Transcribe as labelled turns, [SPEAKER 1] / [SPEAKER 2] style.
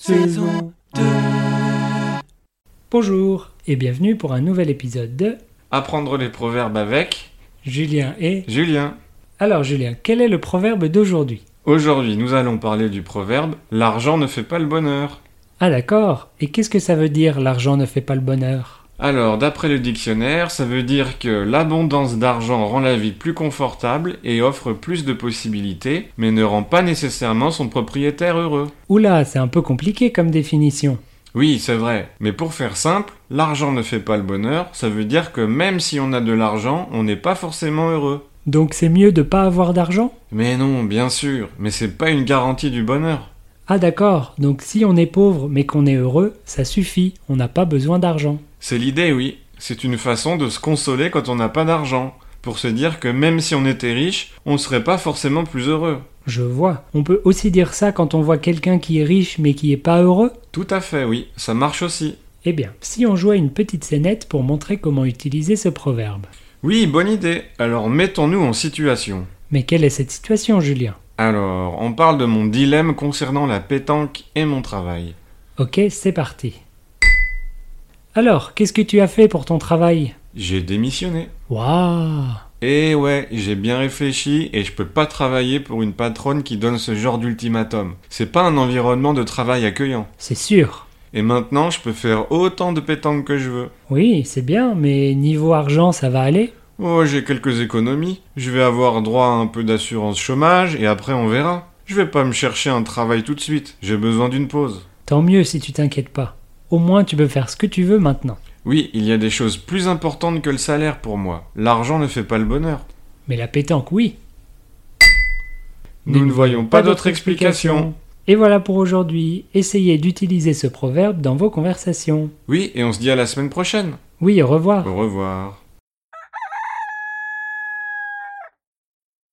[SPEAKER 1] saison 2.
[SPEAKER 2] Bonjour et bienvenue pour un nouvel épisode de
[SPEAKER 1] Apprendre les proverbes avec
[SPEAKER 2] Julien et...
[SPEAKER 1] Julien.
[SPEAKER 2] Alors Julien, quel est le proverbe d'aujourd'hui
[SPEAKER 1] Aujourd'hui, nous allons parler du proverbe L'argent ne fait pas le bonheur.
[SPEAKER 2] Ah d'accord, et qu'est-ce que ça veut dire l'argent ne fait pas le bonheur
[SPEAKER 1] Alors, d'après le dictionnaire, ça veut dire que l'abondance d'argent rend la vie plus confortable et offre plus de possibilités, mais ne rend pas nécessairement son propriétaire heureux.
[SPEAKER 2] Oula, c'est un peu compliqué comme définition.
[SPEAKER 1] Oui, c'est vrai. Mais pour faire simple, l'argent ne fait pas le bonheur, ça veut dire que même si on a de l'argent, on n'est pas forcément heureux.
[SPEAKER 2] Donc c'est mieux de pas avoir d'argent
[SPEAKER 1] Mais non, bien sûr, mais c'est pas une garantie du bonheur.
[SPEAKER 2] Ah d'accord, donc si on est pauvre mais qu'on est heureux, ça suffit, on n'a pas besoin d'argent.
[SPEAKER 1] C'est l'idée, oui. C'est une façon de se consoler quand on n'a pas d'argent, pour se dire que même si on était riche, on serait pas forcément plus heureux.
[SPEAKER 2] Je vois. On peut aussi dire ça quand on voit quelqu'un qui est riche mais qui est pas heureux
[SPEAKER 1] Tout à fait, oui, ça marche aussi.
[SPEAKER 2] Eh bien, si on jouait une petite scénette pour montrer comment utiliser ce proverbe.
[SPEAKER 1] Oui, bonne idée. Alors mettons-nous en situation.
[SPEAKER 2] Mais quelle est cette situation, Julien
[SPEAKER 1] Alors, on parle de mon dilemme concernant la pétanque et mon travail.
[SPEAKER 2] Ok, c'est parti. Alors, qu'est-ce que tu as fait pour ton travail
[SPEAKER 1] J'ai démissionné.
[SPEAKER 2] Waouh
[SPEAKER 1] Eh ouais, j'ai bien réfléchi et je peux pas travailler pour une patronne qui donne ce genre d'ultimatum. C'est pas un environnement de travail accueillant.
[SPEAKER 2] C'est sûr.
[SPEAKER 1] Et maintenant, je peux faire autant de pétanque que je veux.
[SPEAKER 2] Oui, c'est bien, mais niveau argent, ça va aller
[SPEAKER 1] Oh, j'ai quelques économies. Je vais avoir droit à un peu d'assurance chômage et après on verra. Je vais pas me chercher un travail tout de suite. J'ai besoin d'une pause.
[SPEAKER 2] Tant mieux si tu t'inquiètes pas. Au moins, tu peux faire ce que tu veux maintenant.
[SPEAKER 1] Oui, il y a des choses plus importantes que le salaire pour moi. L'argent ne fait pas le bonheur.
[SPEAKER 2] Mais la pétanque, oui.
[SPEAKER 1] Nous ne voyons pas d'autre explication.
[SPEAKER 2] Et voilà pour aujourd'hui. Essayez d'utiliser ce proverbe dans vos conversations.
[SPEAKER 1] Oui, et on se dit à la semaine prochaine.
[SPEAKER 2] Oui, au revoir.
[SPEAKER 1] Au revoir.